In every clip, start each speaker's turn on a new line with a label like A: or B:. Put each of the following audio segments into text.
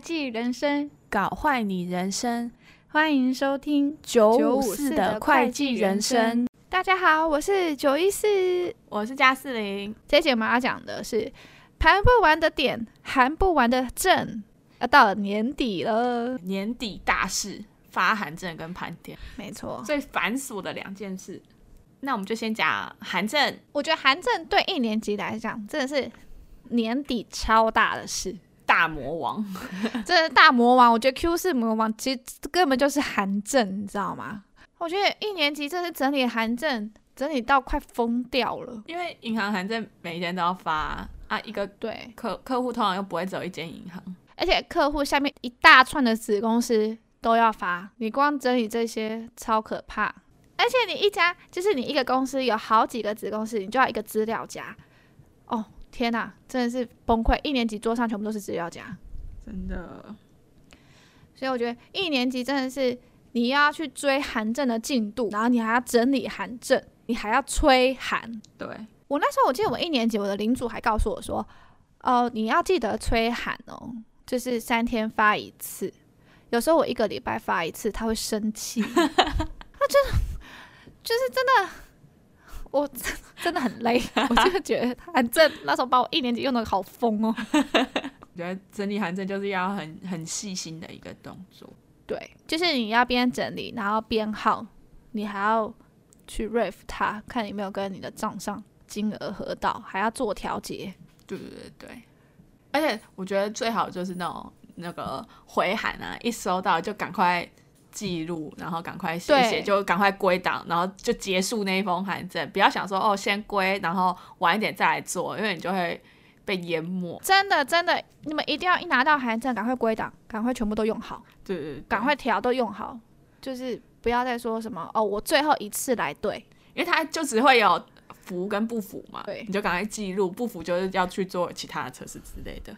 A: 计人生，
B: 搞坏你人生
A: 欢迎收听。
B: 九
A: 954的会计人生。大家好，我是九一四。
B: 我是加四零，
A: 这节我们要讲的是盘不完的点，含不完的证。要到了年底了，
B: 年底大事，发函证跟盘点，
A: 没错。
B: 最繁琐的两件事。那我们就先讲函证，
A: 我觉得韩正对一年级来讲，真的是年底超大的 事。
B: 大魔王，
A: 这大魔王，我觉得 Q 四魔王其实根本就是韩正，你知道吗？我觉得一年级这是整理韩正，整理到快疯掉了。
B: 因为银行函证每一天都要发啊，一个
A: 对，
B: 客客户通常又不会只有一间银行，
A: 而且客户下面一大串的子公司都要发，你光整理这些超可怕。而且你一家就是你一个公司有好几个子公司，你就要一个资料夹。哦，天哪，真的是崩溃！一年级桌上全部都是资料夹。
B: 真的
A: 所以我觉得一年级真的是你要去追韩正的进度，然后你还要整理韩正，你还要催韩。
B: 对，
A: 我那时候我记得我一年级我的领主还告诉我说，哦，你要记得催韩哦，就是三天发一次，有时候我一个礼拜发一次，他会生气。他真的就是真的。我 真真的很累，我就觉得韩正那时候把我一年级用的好疯哦。
B: 我觉得整理函证就是要很很细心的一个动作。
A: 对，就是你要边整理，然后边耗，你还要去 ref 它，看有没有跟你的账上金额合到，还要做调节。
B: 对对对对，而且我觉得最好就是那种那个回函啊，一收到就赶快记录，然后赶快写
A: 对
B: 写，就赶快归档，然后就结束那一封函证，不要想说哦先归，然后晚一点再来做，因为你就会被淹没。
A: 真的，真的，你们一定要一拿到函证，赶快归档，赶快全部都用好，
B: 对对对，对
A: 赶，快调都用好，就是不要再说什么哦，我最后一次来对。
B: 因为它就只会有符跟不符嘛，
A: 对
B: 你就赶快记录，不符就是要去做其他的测试之类的。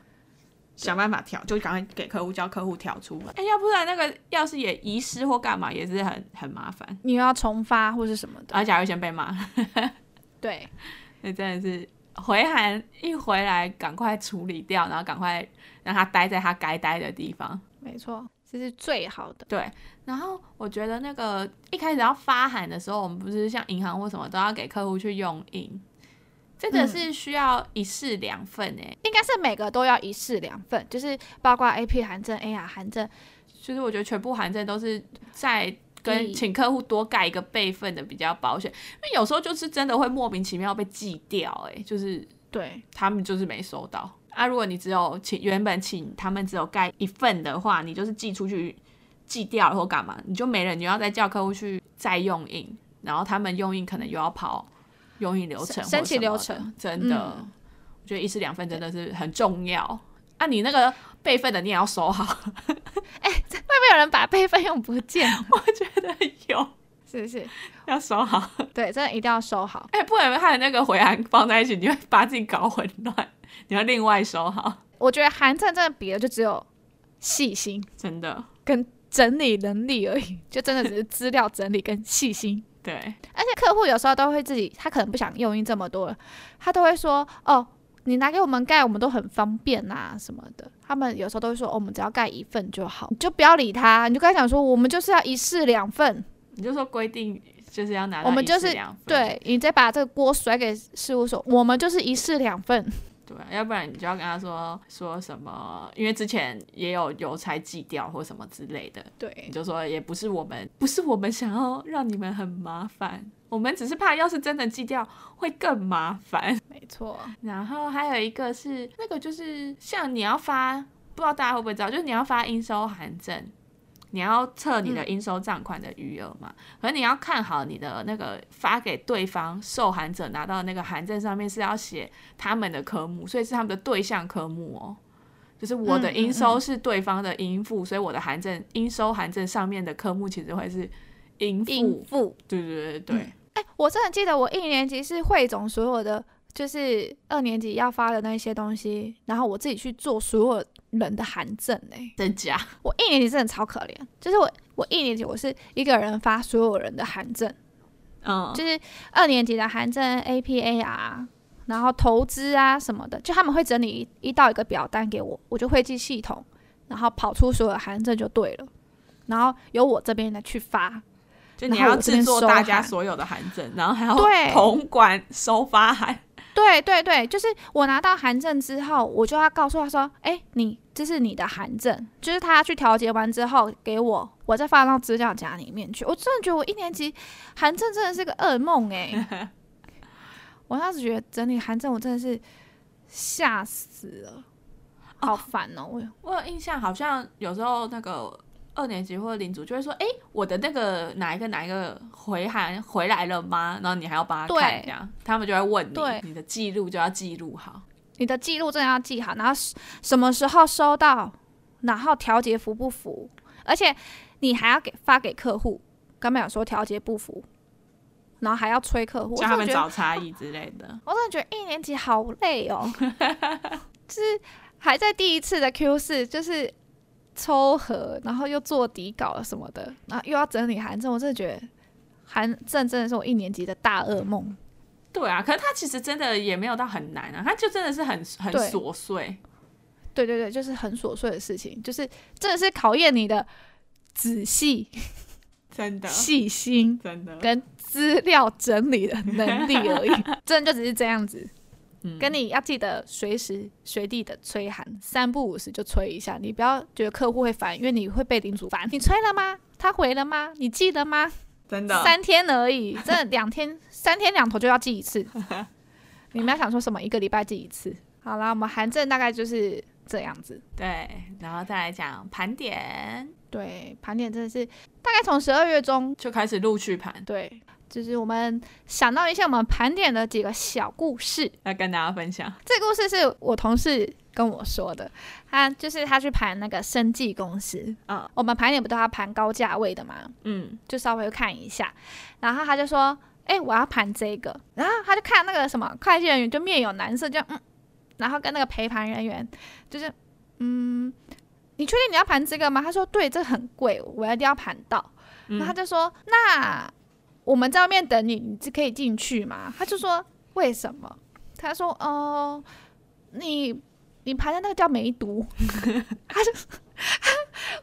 B: 想办法调，就赶快给客户叫客户调出来。哎、要不然那个要是也遗失或干嘛，也是很很麻烦。啊
A: 你又要重发或是什么的，
B: 而且还会先被骂，
A: 对，
B: 那真的是回函一回来赶快处理掉，然后赶快让他待在他该待的地方。
A: 没错，这是最好的。
B: 对，然后我觉得那个一开始要发函的时候，我们不是像银行或什么都要给客户去用印，这个
A: 嗯
B: 是需要一式两份欸诶、
A: 应该是每个都要一式两份，就是包括 AP 函证、AR 函证，
B: 就是我觉得全部函证都是在跟
A: 以
B: 请客户多盖一个备份的比较保险，因为有时候就是真的会莫名其妙被寄掉诶、就是
A: 对，
B: 他们就是没收到啊。如果你只有请原本请他们只有盖一份的话，你就是寄出去寄掉了或干嘛，你就没了，你就要再叫客户去再用印，然后他们用印可能又要跑用印流程
A: 申申请流
B: 或什么的，真的，我觉得一式两份真的是很重要。啊，你那个备份的你也要收好，
A: 会不会有人把备份用不见？
B: 我觉得有
A: 是不是？
B: 要收好。
A: 对，真的一定要收好。
B: 哎、不然和那个回函放在一起，你会把自己搞混乱，你要另外收好，
A: 我觉得韩正真的比的就只有细心
B: 真的。
A: 跟整理能力而已，就真的只是资料整理跟细心。
B: 对，
A: 而且客户有时候都会自己，他可能不想用印这么多了，他都会说：“哦，你拿给我们盖，我们都很方便呐、什么的。”他们有时候都会说、哦我们只要盖一份就好，你就不要理他，你就跟他讲说：“我们就是要一式两份。
B: 你就说规定就是要拿到
A: 我们就是
B: 一式两”份
A: 对，你再把这个锅甩给事务所，我们就是一式两份。
B: 对啊，要不然你就要跟他说说什么，因为之前也有邮差寄掉或什么之类的，
A: 对
B: 你，就说也不是我们不是我们想要让你们很麻烦，我们只是怕要是真的寄掉会更麻烦。
A: 没错。
B: 然后还有一个是那个就是像你要发，不知道大家会不会知道，就是你要发应收函证。你要测你的应收账款的余额嘛？可是你要看好你的那个发给对方受函者拿到的那个函证上面是要写他们的科目，所以是他们的对象科目哦。就是我
A: 嗯
B: 的
A: 嗯
B: 应收是对方的应付，所以我的函证应收函证上面的科目其实会是应付。
A: 应付
B: 对对对对对，
A: 我真的记得我一年级是汇总所有的，就是二年级要发的那些东西，然后我自己去做所有人的函证哎、
B: 真假？
A: 我一年级真的超可怜，就是我我一年级我是一个人发所有人的函证，
B: 嗯，
A: 就是二年级的函证 APAR，然啊后投资啊什么的，就他们会整理一一到一个表单给我，我就会记系统。然后跑出所有的函证就对了，然后由我这边来去发。
B: 就你
A: 然后我
B: 要
A: 这
B: 制
A: 边
B: 作
A: 收
B: 大家
A: 函
B: 所有的函证，然后还要
A: 对
B: 统管收发函。
A: 对对对，就是我拿到函证之后，我就要告诉他说：“哎，你这是你的函证，就是他去调节完之后给我，我再放到资料夹里面去。”我真的觉得我一年级函证真的是个噩梦哎、我当时觉得整理函证我真的是吓死了，好烦哦！我
B: 我有印象，好像有时候那个二年级或者领组就会说：“哎、我的那个哪一个哪一个回函回来了吗？”然后你还要帮他看，
A: 对
B: 这样他们就会问你
A: 对，
B: 你的记录就要记录好。
A: 你的记录真的要记好，然后什什么时候收到，然后调节符不符，而且你还要给发给客户。刚刚有说调节不符，然后还要催客户，我
B: 叫
A: 真
B: 他
A: 的
B: 们
A: 觉得，
B: 找差异之类的。
A: 我真的觉得一年级好累哦，就是还在第一次的 Q 四，就是抽核，然后又做底稿什么的，然后又要整理函证，我真的觉得函证真的是我一年级的大噩梦。
B: 对啊，可是他其实真的也没有到很难啊，他就真的是很很
A: 对
B: 琐碎。
A: 对对对，就是很琐碎的事情，就是真的是考验你的仔细、
B: 真的
A: 细心
B: 真的，
A: 跟资料整理的能力 而已。真的就只是这样子，
B: 嗯
A: 跟你要记得随时随地的催喊，三不五时就催一下，你不要觉得客户会烦，因为你会被领主烦。你催了吗？他回了吗？你记得吗？
B: 真的
A: 三天而已，真的两天， 三天两头就要记一 次。你们要想说什么？一个礼拜记一次。好啦，我们函证大概就是这样子。
B: 对，然后再来讲盘点，
A: 对，盘点真的是大概从十二月中，
B: 就开始陆续盘，
A: 对，就是我们想到一些我们盘点的几个小故事。
B: 来跟大家分享。
A: 这故事是我同事跟我说的，他就是他去盘那个生计公司，
B: 嗯
A: 我们盘点不都要盘高价位的嘛，
B: 嗯，
A: 就稍微看一下，然后他就说，哎、我要盘这个，然后他就看那个什么会计人员就面有难色，就嗯，然后跟那个陪盘人员就是嗯，你确定你要盘这个吗？他说对，这很贵，我一定要盘到。
B: 嗯
A: 然后他就说：“那我们在外面等你，你就可以进去吗？”他就说：“为什么？”他说：“哦、你你排的那个叫梅毒。” 他就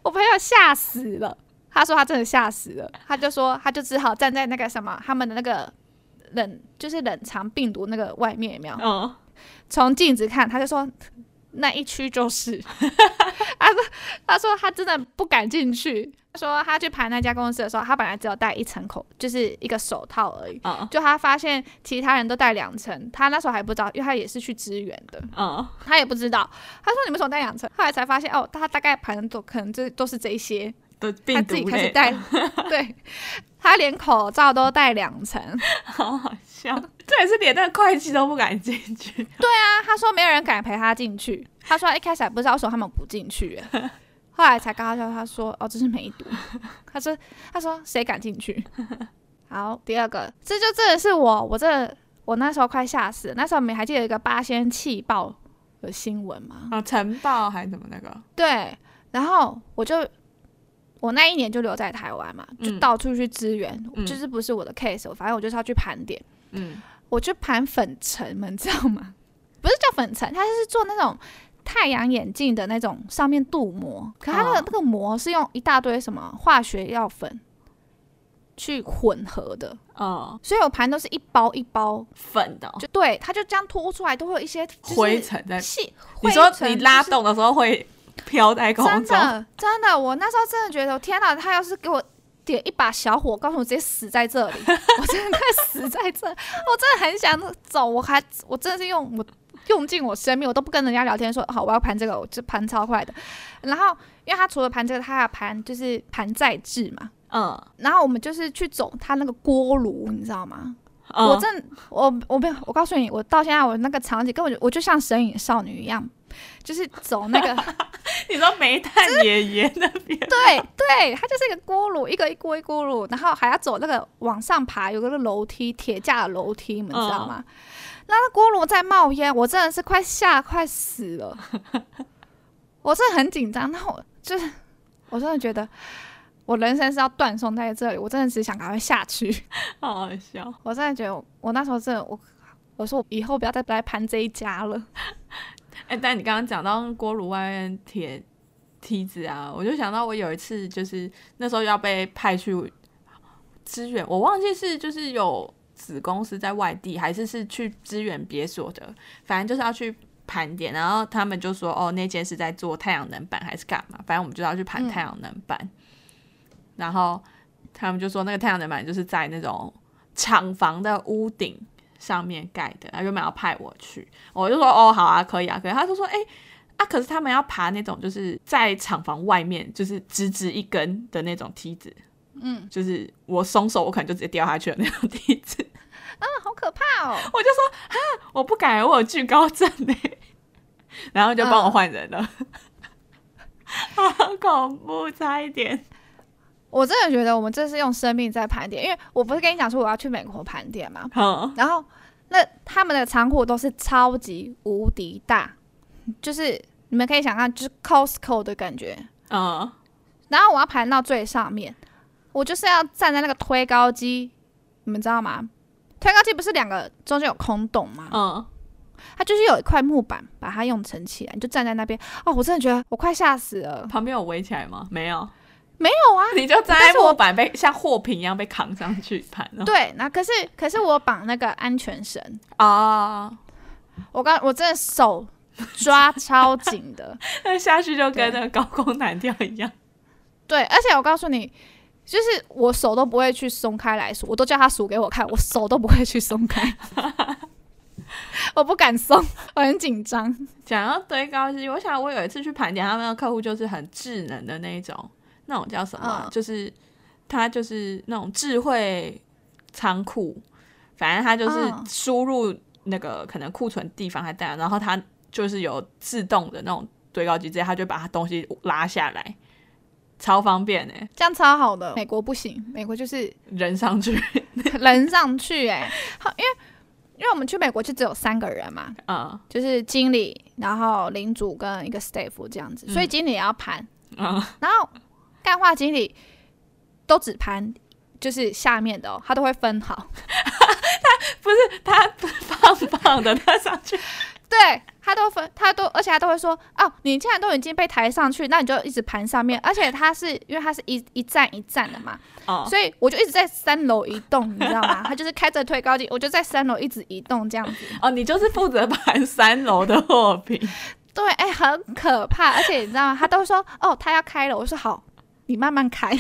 A: 我朋友吓死了，他说他真的吓死了，他就说他就只好站在那个什么他们的那个冷就是冷藏病毒那个外面有没有？
B: 嗯，
A: 从镜子看，他就说那一区 就是。他说他说他真的不敢进去。他说他去盘那家公司的时候，他本来只有戴一层口，就是一个手套而已。
B: 嗯，
A: 就他发现其他人都戴两层，他那时候还不知道，因为他也是去支援的，
B: 嗯，
A: 他也不知道。他说你们怎么戴两层？后来才发现哦，他大概盘的都可能这都是这一些，
B: 的
A: 他
B: 病
A: 自己
B: 毒
A: 开始
B: 类，
A: 戴，对他连口罩都戴两层。
B: 好好笑。这也是连那个会计都不敢进去。
A: 啊，他说没有人敢陪他进去。他说他一开始还不知道为什么他们不进去耶，后来才告诉他说哦，这是梅毒。他说他说谁敢进去？好，第二个，这就真的是我，我这我那时候快吓死了。那时候你们还记得有一个八仙气爆的新闻吗？
B: 啊，晨报还是怎么那个？
A: 对，然后我就我那一年就留在台湾嘛，就
B: 嗯
A: 到处去支援，
B: 嗯
A: 就是不是我的 case，我反正我就是要去盘点。
B: 嗯，
A: 我去盘粉尘们 知道吗？不是叫粉尘，它是做那种太阳眼镜的那种上面镀膜，可它那个、
B: 哦
A: 那个膜是用一大堆什么化学药粉去混合的，
B: 哦，
A: 所以我盘都是一包一包，
B: 粉的哦、
A: 就对，它就这样凸出来，都会有一些、就是、
B: 灰尘在。
A: 细。
B: 你
A: 灰
B: 说
A: 尘
B: 你
A: 就
B: 拉
A: 是
B: 动的时候会飘在空
A: 真
B: 中，
A: 的，真的，我那时候真的觉得，天哪！他要是给我点一把小火，告诉我直接死在这 里，我真的快死在这，我真的很想走，我还我真的是用我用尽我生命，我都不跟人家聊天说好我要盘这个，我就盘超快的。然后，因为他除了盘这个，他还盘就是盘债制嘛。
B: 嗯，
A: 然后我们就是去走他那个锅炉，你知道吗？
B: 嗯
A: 我真我我没有，我告诉你，我到现在我那个场景根本就我就像神隐少女一样，就是走那个
B: 你说煤炭爷爷那边，
A: 对对，它就是一个锅炉，一个一锅一锅炉，然后还要走那个往上爬，有个那楼梯，铁架的楼梯，你们知道吗？那那锅炉在冒烟，我真的是快吓快死 了，我真的很紧张。那我就是，我真的觉得我人生是要断送在这里，我真的只想赶快下去。
B: 好好笑。
A: 我真的觉得我，我那时候真的我。我说我以后不要再啊来盘这一家了，
B: 哎、但你刚刚讲到锅炉外面铁梯子啊，我就想到我有一次就是那时候要被派去支援，我忘记是就是有子公司在外地，还是是去支援别所的，反正就是要去盘点，然后他们就说哦那间是在做太阳能板还是干嘛，反正我们就要去盘
A: 嗯
B: 太阳能板，然后他们就说那个太阳能板就是在那种厂房的屋顶上面盖的，他原本要派我去，我就说哦好啊可以啊可以，他就说哎。啊！可是他们要爬那种，就是在厂房外面，就是直直一根的那种梯子，
A: 嗯
B: 就是我松手，我可能就直接掉下去的那种梯子。
A: 啊，好可怕哦！
B: 我就说啊，我不敢，我有惧高症哎、然后就帮我
A: 嗯
B: 换人了， 好恐怖，差一点。
A: 我真的觉得我们这是用生命在盘点，因为我不是跟你讲说我要去美国盘点嘛，
B: 嗯，
A: 然后那他们的仓库都是超级无敌大，就是你们可以想象，就是 Costco 的感觉。
B: 嗯，
A: 然后我要盘到最上面，我就是要站在那个推高机，你们知道吗？推高机不是两个中间有空洞吗？
B: 嗯，
A: 它就是有一块木板把它用撑起来，你就站在那边。哦，我真的觉得我快吓死了。
B: 旁边有围起来吗？没有，
A: 没有啊，
B: 你就站
A: 但
B: 在
A: 是我
B: 木板被像货品一样被扛上去盘哦。
A: 对，那可是可是我绑那个安全绳，哦
B: 啊，
A: 我刚我真的手抓超紧的，
B: 那下去就跟那个高空弹跳一样。
A: 对，而且我告诉你，就是我手都不会去松开来数，我都叫他数给我看，我手都不会去松开，我不敢松，我很紧张。
B: 讲到堆高机，我想我有一次去盘点他们的客户，就是很智能的那一种，那种叫什么啊？
A: 嗯
B: 就是他就是那种智慧仓库，反正他就是
A: 嗯
B: 输入那个可能库存地方还带，然后他就是有自动的那种堆高机直接他就把他东西拉下来，超方便哎、
A: 这样超好的，美国不行，美国就是
B: 人上去，
A: 人上去哎、好，因为因为我们去美国就只有三个人嘛，
B: 嗯
A: 就是经理，然后领主跟一个 staff 这样子，所以
B: 嗯
A: 经理也要盘，
B: 嗯
A: 然后干化经理都只盘就是下面的哦，他都会分好，
B: 他胖胖的，他上去，
A: 对他都分，他都，而且他都会说，哦，你既然都已经被抬上去，那你就一直盘上面。而且他是因为他是一一站一站的嘛，
B: 哦，
A: 所以我就一直在三楼移动，你知道吗？他就是开着推高机，我就在三楼一直移动这样子。
B: 哦，你就是负责盘三楼的货品，
A: 对，哎、很可怕。而且你知道吗？他都说，哦，他要开了，我说好，你慢慢开。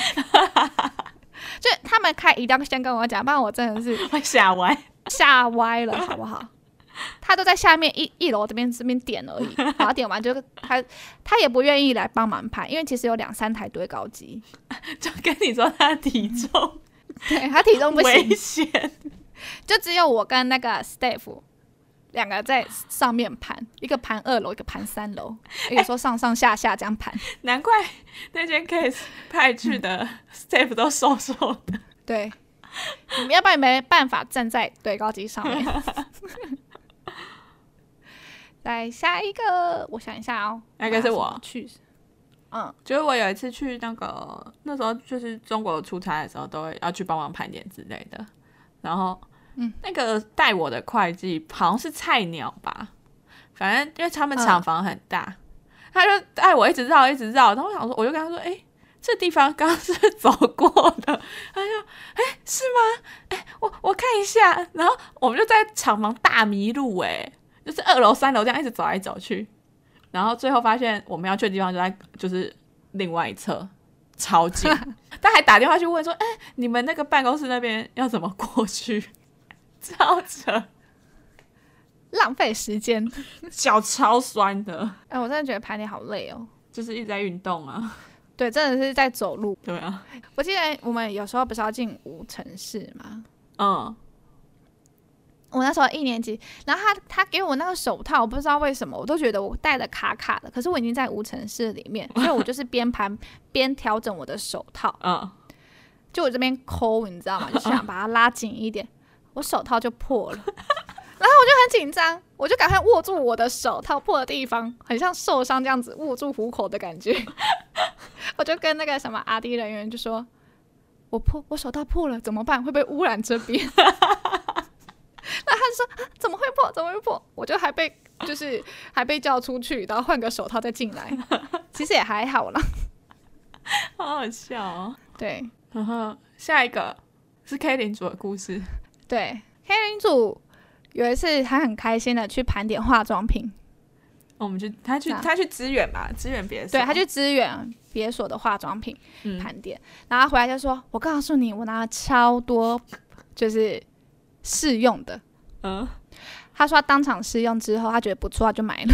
A: 就他们开一定要先跟我讲，不然我真的是
B: 会吓歪。
A: 吓歪 了，好不好？他都在下面一一楼这边这边点而 已，然后点完就他他也不愿意来帮忙拍，因为其实有两三台堆高 机，
B: 就跟你说他的体重
A: 对他 体重不
B: 危
A: 行，
B: 险，
A: 就只有我跟那个 staff 两个在上面盘，一个盘二楼，一个盘三 楼，一个说上上下下这样盘，
B: 难怪那间 case 派去的 staff 都瘦瘦的。
A: 对，你们要不然没办法站在堆高机上 面。来下一个，我想一下哦，
B: 那个是我
A: 还有什么去，嗯，
B: 就是我有一次去那个那时候就是中国出差的时候，都会要去帮忙盘点之类的。然后，
A: 嗯，
B: 那个带我的会计好像是菜鸟吧，反正因为他们
A: 嗯
B: 厂房很大，他就带我一直绕一直绕。然后我想说，我就跟他说，哎、这地方刚刚是不是走过的，他就哎、是吗？哎、我我看一下，然后我们就在厂房大迷路、哎，就是二楼三楼这样一直走来走去，然后最后发现我们要去的地方就在就是另外一侧，超近。 他还打电话去问说：“哎、你们那个办公室那边要怎么过去？” 超扯，
A: 浪费时间。
B: 脚超酸的，
A: 哎、我真的觉得盘点好累哦。
B: 就是一直在运动啊，
A: 对，真的是在走路。
B: 对啊，
A: 我记得我们有时候不是要进五城市嘛，
B: 嗯，
A: 我那时候一年级，然后他他给我那个手套，我不知道为什么，我都觉得我戴的卡卡的，可是我已经在无尘室里面，所以我就是边盘边调整我的手套，
B: 嗯，
A: 就我这边抠，你知道吗？就想把它拉紧一点，我手套就破了， 然后我就很紧张，我就赶快握住我的手套破的地方，很像受伤这样子握住虎口的感觉， 我就跟那个什么阿迪人员就说，我破我手套破了怎么办？会不会污染这边？ 然后他就说、啊怎么会破？怎么会破？我就还被就是还被叫出去，然后换个手套再进来，其实也还好啦。
B: 好好笑哦。
A: 对
B: 然后下一个是 K 领主的故事，
A: 对，黑领主有一次还很开心的去盘点化妆品，
B: 我们去他去
A: 啊
B: 他去支援吧，支援别的。
A: 对，他去支援别所的化妆品
B: 啊嗯
A: 盘点，然后回来就说：“我告诉你，我拿了超多，就是试用的。
B: 嗯，”
A: 他说他当场试用之后，他觉得不错，他就买了，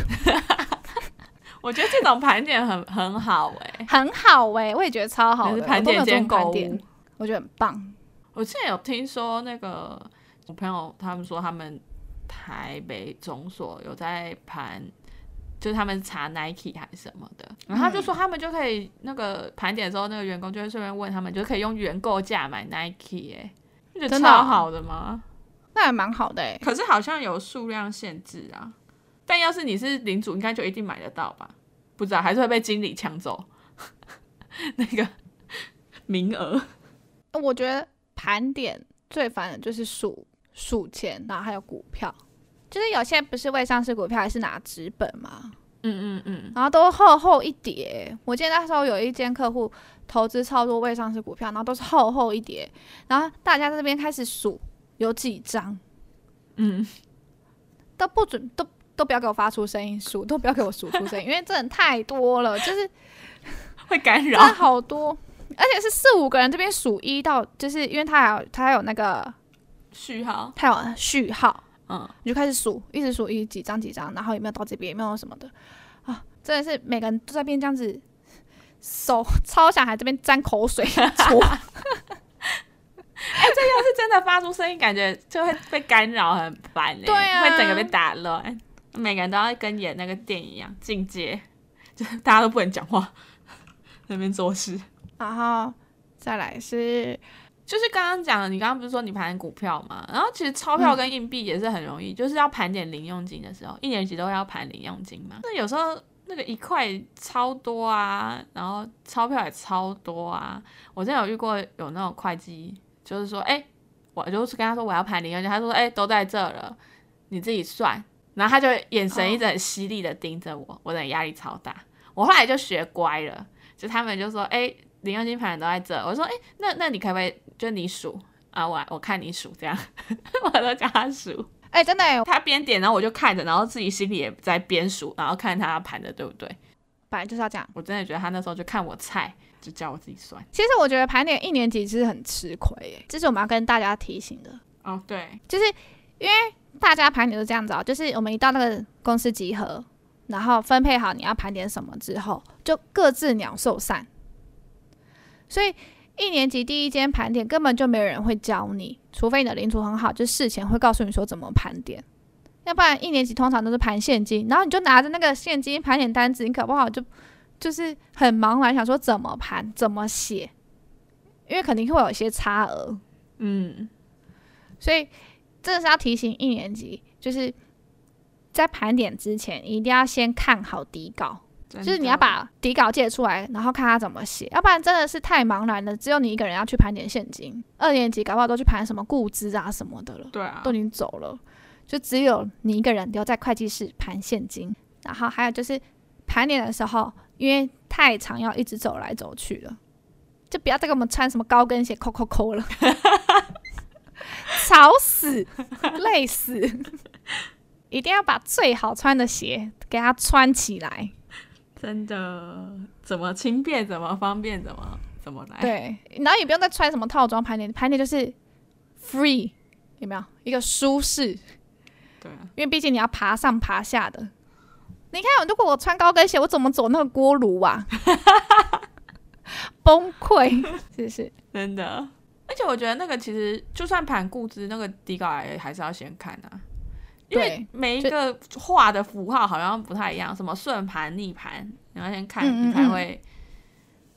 B: 我觉得这种盘点很很好哎、
A: 很好哎、我也觉得超好
B: 也
A: 的，
B: 是盘
A: 我都没
B: 点
A: 有这
B: 兼
A: 种
B: 购
A: 观
B: 物
A: 点。，我觉得很棒。
B: 我之前有听说那个我朋友他们说他们台北总所有在盘，就是他们查 Nike 还是什么的，然后他就说他们就可以那个盘点的时候，那个员工就会顺便问他们，就可以用原购价买 Nike 哎、你觉得
A: 真的
B: 超
A: 哦
B: 好的吗？
A: 那还蛮好的哎、
B: 可是好像有数量限制啊，但要是你是领主，应该就一定买得到吧？不知道还是会被经理抢走 那个名额。
A: 我觉得盘点最烦的就是数数钱，然后还有股票，就是有些不是未上市股票，还是拿纸本嘛，
B: 嗯嗯嗯，
A: 然后都厚厚一叠。我记得那时候有一间客户投资操作未上市股票，然后都是厚厚一叠，然后大家在这边开始数有几张，
B: 嗯，
A: 都不准都。都不要给我发出声音，数都不要给我数出声音，因为真的太多了，就是
B: 会干
A: 真
B: 扰
A: 的。好多，而且是四五个人这边数一到，就是因为他还有他还有那个
B: 序号，
A: 他有序号，
B: 嗯，
A: 你就开始数，一直数一几张几张，然后有没有到这边，有没有什么的啊？真的是每个人都在边这样子，手超想还这边沾口水搓，
B: 要是真的发出声音，感觉就会被干扰，很烦、欸，
A: 对啊
B: 会整个被打乱。每个人都要跟演那个电影一样境界， 就是大家都不能讲话，在那边做事。
A: 然后再来是
B: 就是刚刚讲的，你刚刚不是说你盘股票嘛？然后其实钞票跟硬币也是很容易，就是要盘点零用金的时候，一年级都要盘零用金嘛。那有时候那个一块超多啊，然后钞票也超多啊。我之前有遇过有那种会计，就是说，哎、我就是跟他说我要盘零用金，他说，哎、都在这了，你自己算。然后他就眼神一直很犀利的盯着我，我的压力超大。我后来就学乖了，就他们就说，哎、零用金盘都在这，我说，哎、那那你可不可以就你数啊？我我看你数这样， 我都叫他数，
A: 哎、真的、欸，
B: 他边点，然后我就看着，然后自己心里也在边数，然后看他盘的对不对。
A: 本来就是要这样。
B: 我真的觉得他那时候就看我菜，就叫我自己算。
A: 其实我觉得盘点一年级其实很吃亏、欸，这是我们要跟大家提醒的，
B: 哦，对，
A: 就是因为大家盘点都这样子哦、就是我们一到那个公司集合，然后分配好你要盘点什么之后，就各自鸟兽散。所以一年级第一间盘点根本就没有人会教你，除非你的领主很好，就事前会告诉你说怎么盘点。要不然一年级通常都是盘现金，然后你就拿着那个现金盘点单子，你搞不好就就是很茫然，想说怎么盘怎么写，因为肯定会有一些差额。
B: 嗯，
A: 所以真的是要提醒一年级，就是在盘点之前，一定要先看好底稿，
B: 就
A: 就是你要把底稿借出来，然后看他怎么写，要不然真的是太茫然了。只有你一个人要去盘点现金，二年级搞不好都去盘什么固资啊什么的了，
B: 对啊
A: 都，已经走了，就只有你一个人留在会计室盘现金。然后还有就是盘点的时候，因为太常要一直走来走去了，就不要再给我们穿什么高跟鞋扣扣扣了，吵死，累死，一定要把最好穿的鞋给它穿起来。
B: 真的怎么轻便怎么方便怎么怎么来。
A: 对，然后也不用再穿什么套装盘点，盘点就是 free，有没有一个舒适？
B: 对啊，
A: 因为毕竟你要爬上爬下的。你看，如果我穿高跟鞋，我怎么走那个锅炉啊？ 崩溃，是不是？
B: 真的。而且我觉得那个其实就算盘固资，那个底稿也还是要先看啊，因为
A: 对
B: 每一
A: 就
B: 个画的符号好像不太一样，什么顺盘、逆盘，你要先看，
A: 嗯嗯
B: 你才
A: 嗯
B: 会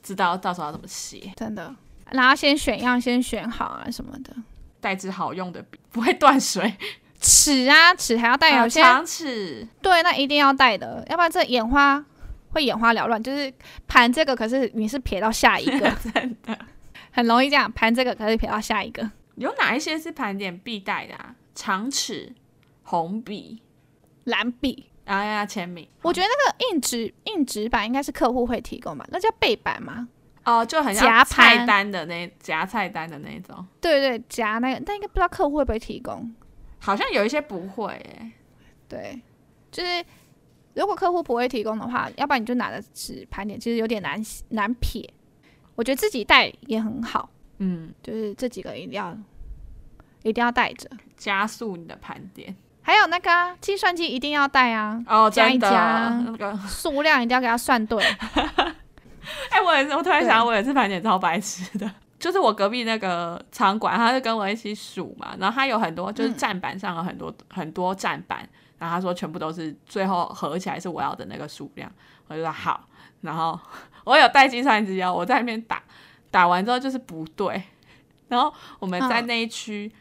B: 知道到时候要怎么写。
A: 真的。然后先选样，先选好啊什么的。
B: 带支好用的笔，不会断水。
A: 尺啊，尺还要带，有
B: 呃
A: 些、
B: 长尺，
A: 对，那一定要带的，要不然这眼花会眼花缭乱。就是盘这个，可是你是撇到下一个，
B: 真的。
A: 很容易这样。盘这个，可是撇到下一个。
B: 有哪一些是盘点必带的啊？长尺、红笔、
A: 蓝笔，
B: 然后要签名
A: 我觉得那个硬纸硬纸板应该是客户会提供吧，那叫背板吗？
B: 哦，就很像
A: 夹盘
B: 菜单的那夹菜单的那种，
A: 对对，夹那个，但应该不知道客户会不会提供。
B: 好像有一些不会耶
A: 对，就是如果客户不会提供的话，要不然你就拿着纸盘点，其实有点难难撇。我觉得自己带也很好，
B: 嗯，
A: 就是这几个一定要一定要带着。
B: 加速你的盘点
A: 还有那个啊计、算机一定要带啊，
B: 哦，
A: 加
B: 真
A: 一
B: 的
A: 加
B: 那个，
A: 数量一定要给它算 对。
B: 哎、我也是，我突然想到，
A: 对
B: 我也是盘点超白痴的。 就是我隔壁那个场馆，他就跟我一起数嘛，然后他有很多，就是
A: 嗯
B: 站板上有很多、很多站板，然后他说全部都是最后合起来是我要的那个数量，我就说好，然后我有带计算机哦，我在那边打，打完之后就是不对，然后我们在
A: 嗯
B: 那一区，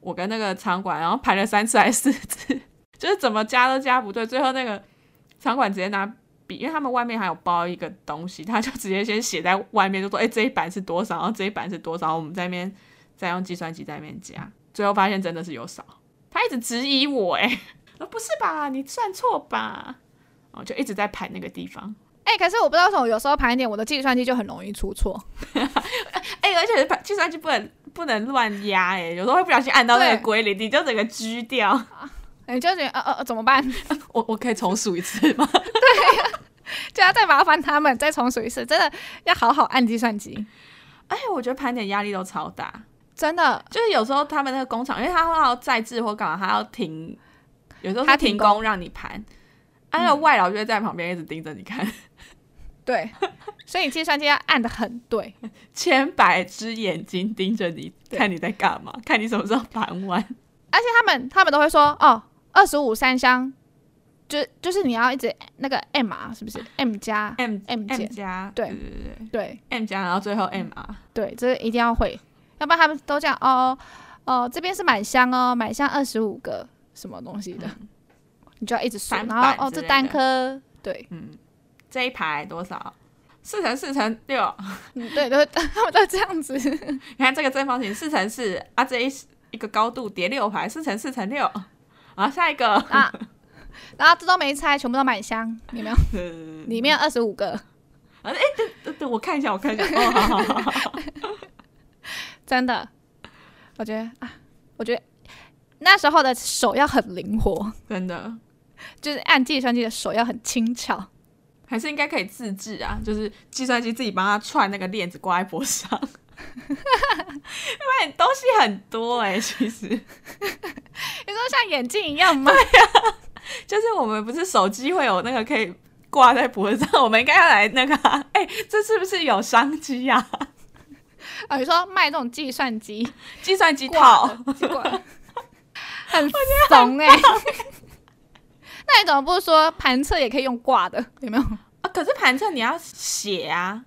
B: 我跟那个场馆，然后排了三次还是四次， 就是怎么加都加不对，最后那个场馆直接拿笔，因为他们外面还有包一个东西，他就直接先写在外面，就说：“哎、这一版是多少？然后这一版是多少？”我们在那边再用计算机在那边加，最后发现真的是有少。他一直质疑我、哎， 呃不是吧？你算错吧？哦，就一直在盘那个地方，
A: 哎、可是我不知道为什么，有时候盘点我的计算机就很容易出错。
B: 哎、而且盘计算机不能不能乱压，哎，有时候会不小心按到那个
A: 对
B: 归零，你就整个狙掉。
A: 你就觉得呃呃呃怎么办？
B: 我我可以重数一次吗？
A: 就要再麻烦他们再重数一次，真的要好好按计算机，
B: 哎，我觉得盘点压力都超大，
A: 真的
B: 就是有时候他们那个工厂，因为他要在制或干嘛，他要停，有时候是
A: 他
B: 停
A: 停
B: 工让你盘，啊，那个外劳就会在旁边一直盯着你看，
A: 对。所以你计算机要按的很对，
B: 千百只眼睛盯着你，
A: 对
B: 看你在干嘛，看你什么时候盘完。
A: 而且他们他们都会说哦，二十五三箱，就就是你要一直那个 M 啊，是不是 M 加
B: M
A: M
B: M
A: 减？
B: 加，
A: 对
B: 对对对
A: 对
B: ，M 加，然后最后 M 啊 R，
A: 对，这个一定要会，要不然他们都讲哦哦，这边是满箱哦，满箱二十五个什么东西的，你就要一直数，
B: 单
A: 然
B: 嗯板
A: 后哦
B: 之
A: 这
B: 类
A: 单
B: 的
A: 颗对
B: 嗯，这一排多少？四乘四乘六，
A: 嗯对都 他们都这样 子，
B: 你看这个正方形四乘四啊，这一一个高度叠六排，四乘四乘六，啊，下一个，
A: 啊，然后这都没拆，全部都满箱，有没 有？
B: 对对对
A: 里面二十五个，
B: 对呃对，我看一下，我看一下，哦，好好好。
A: 真的，我觉得啊，我觉得那时候的手要很灵活，
B: 真的，
A: 就是按计算机的手要很轻巧。
B: 还是应该可以自制啊，就是计算机自己帮他串那个链子挂在脖上， 因为东西很多哎、其实
A: 你说像眼镜一样吗？
B: 就是我们不是手机会有那个可以挂在脖子上，我们应该要来那个啊、哎、这是不是有商机啊？
A: 啊，你说卖这种计算机
B: 计算机
A: 挂
B: 套，
A: 的，结果 很怂哎、 那你怎么不说盘测也可以用挂的？有没有？
B: 啊，可是盘测你要写啊，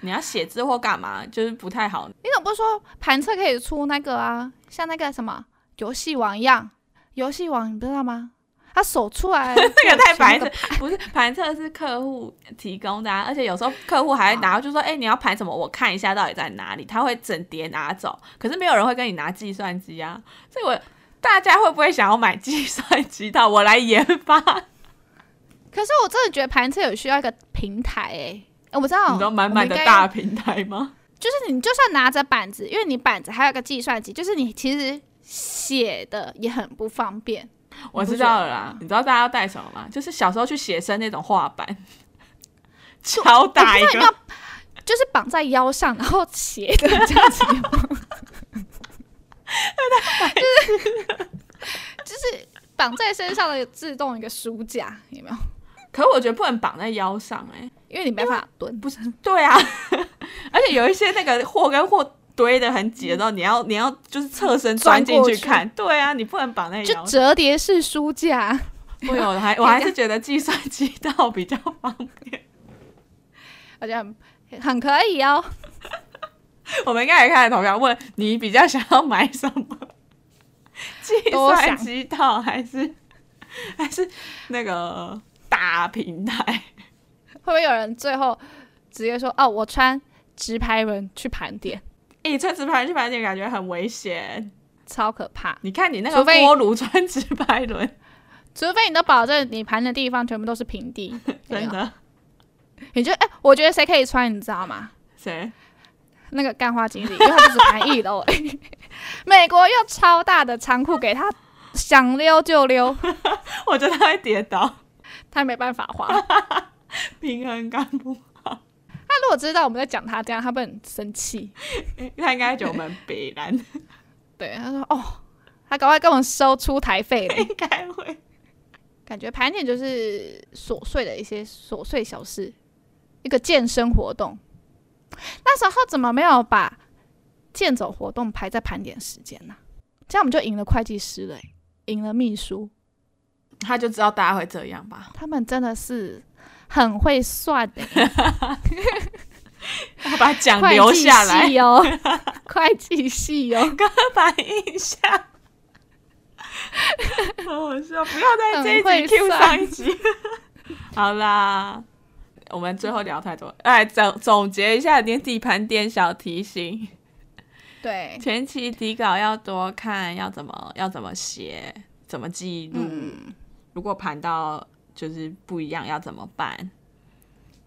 B: 你要写字或干嘛，就是不太好。
A: 你怎么不说盘测可以出那个啊？像那个什么游戏王一样，游戏王你不知道吗？他手出来，
B: 这个太白
A: 了
B: 痴，，不是盘测是客户提供的、啊，而且有时候客户还会拿，就说：“哎、你要盘什么？我看一下到底在哪里。”他会整叠拿走，可是没有人会跟你拿计算机啊。所以我大家会不会想要买计算机套？我来研发，
A: 哦可是我真的觉得盘测有需要一个平台哎、欸我知道，
B: 你知道满满的
A: 我们应该
B: 大平台吗？
A: 就是你就算拿着板子，因为你板子还有个计算机，就是你其实写的也很不方便。
B: 我
A: 你不
B: 知道
A: 觉
B: 了
A: 得
B: 啦
A: 吗。
B: 你知道大家要带什么吗？就是小时候去写生那种画板，超大 一
A: 我不知道
B: 个。
A: 就是绑在腰上，然后斜的这样子，就是就是绑在身上的自动一个书架，有没有？
B: 可我觉得不能绑在腰上、哎，
A: 因为你没办法蹲，不是
B: 对啊， 而且有一些那个货跟货堆的很挤的时候，你要你要就是侧身钻进去看。对啊，你不能绑那
A: 就
B: 腰。
A: 折叠式书架。
B: 我有还我还是觉得计算机倒比较方便。
A: 我觉得很很可以哦。
B: 我们应该也看投票问你比较想要买什么？ 计算机套还是 还是那个大平台？
A: 会不会有人最后直接说：“哦，我穿直排轮去盘点，
B: 诶，穿直排轮去盘点感觉很危险。
A: 超可怕
B: 你看你那个
A: 除非
B: 锅炉穿直排轮，
A: 除非你都保证你盘的地方全部都是平地，有没
B: 真
A: 有
B: 的。
A: 你就哎、我觉得谁可以穿，你知道吗？
B: 谁？
A: 那个干花经理，因为他就只盘一楼，哦 美国用超大的仓库给他，想溜就溜，
B: 我觉得他会跌倒，
A: 他没办法滑。他
B: 平衡感不好，
A: 如果知道我们在讲他这样，他会很生气。
B: 他应该觉得我们北 蓝，
A: 对，他说哦，他赶快跟我收出台费了。
B: 应该会。
A: 感觉盘点就是琐碎的一些琐碎小事，一个健身活动。那时候怎么没有把健走活动排在盘点时间呢、这样我们就赢了会计师了欸、赢了秘书，
B: 他就知道大家会这样 吧？
A: 他们真的是很会 算的、
B: 他把奖留
A: 会计
B: 下来，
A: 系 哦，会计系哦，
B: 把印象。 好好笑！不要在这
A: 很
B: 一
A: 会
B: 集 Q
A: 算
B: 上一集。 好啦，我们最后聊太多了，哎，总总结一下年底盘点小提醒：
A: 对，
B: 前期底稿要多看，要怎么要怎么写，怎么记录。
A: 嗯，
B: 如果盘到就是不一样，要怎么办？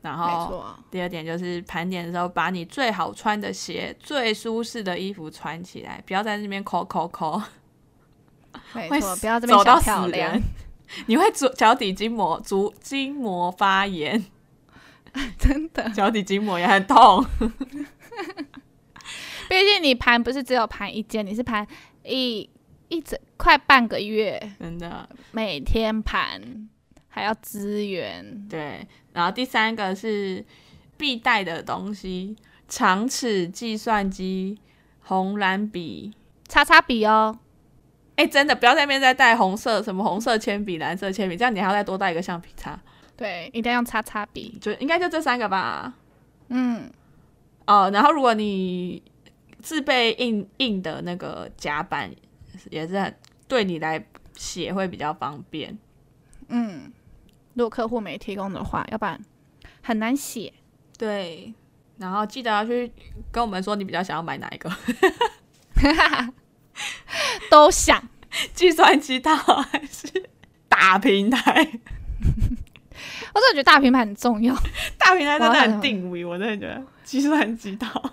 B: 然
A: 没
B: 后
A: 错，
B: 第二点就是盘点的时候，把你最好穿的鞋、最舒适的衣服穿起来，不要在那边抠抠抠。
A: 没
B: 会
A: 错，
B: 死
A: 不要这
B: 走
A: 边
B: 到
A: 想
B: 死
A: 漂亮
B: 人，， 你会足脚底筋膜足筋膜发炎，
A: 真的，
B: 脚底筋膜也很痛。
A: 毕竟你盘不是只有盘一间，你是盘一一整快半个月，
B: 真的
A: 每天盘，还要资源，
B: 对。然后第三个是必带的东西：长尺、计算机、红蓝笔。
A: 擦擦笔哦。
B: 哎、真的不要在那边再带红色什么红色铅笔、蓝色铅笔，这样你还要再多带一个橡皮擦，
A: 对，一定要用擦擦笔。
B: 就应该就这三个吧。
A: 嗯，
B: 哦，然后如果你自备硬硬的那个夹板，也是很对你来写会比较方便。
A: 嗯如果客户没提供的话，要不然很难写。
B: 对，然后记得要去跟我们说你比较想要买哪一个
A: 都想
B: 计算机套还是大平台？
A: 我真的觉得大平板很重要，
B: 大平台真
A: 我要
B: 的
A: 看
B: 很
A: 什么
B: 定位，我真的觉得计算机套。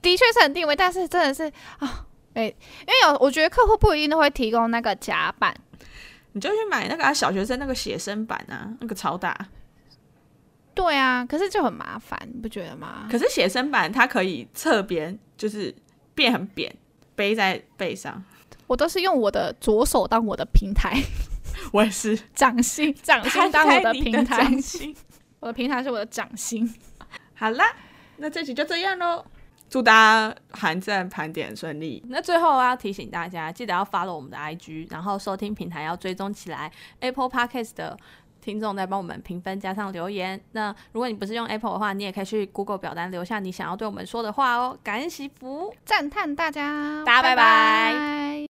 A: 的确是很定位，但是真的是啊，没、因为有我觉得客户不一定都会提供那个夹板，
B: 你就去买那个、啊、小学生那个写生板啊，那个超大。
A: 对啊，可是就很麻烦，你不觉得吗？
B: 可是写生板它可以侧边，就是变很扁，背在背上。
A: 我都是用我的左手当我的平台，
B: 我也是，
A: 掌心，掌心当我
B: 开
A: 的
B: 你
A: 平台，
B: 掌心
A: 我的平台是我的掌心。
B: 好啦，那这期就这样喽。祝大家寒战盘点顺利。那最后啊要提醒大家，记得要 follow 我们的 IG，然后收听平台要追踪起来。Apple Podcast 的听众在帮我们评分加上留言。那如果你不是用 Apple 的话，你也可以去 Google 表单留下你想要对我们说的话哦。感恩惜福。
A: 赞叹大家，
B: 大家拜拜
A: 拜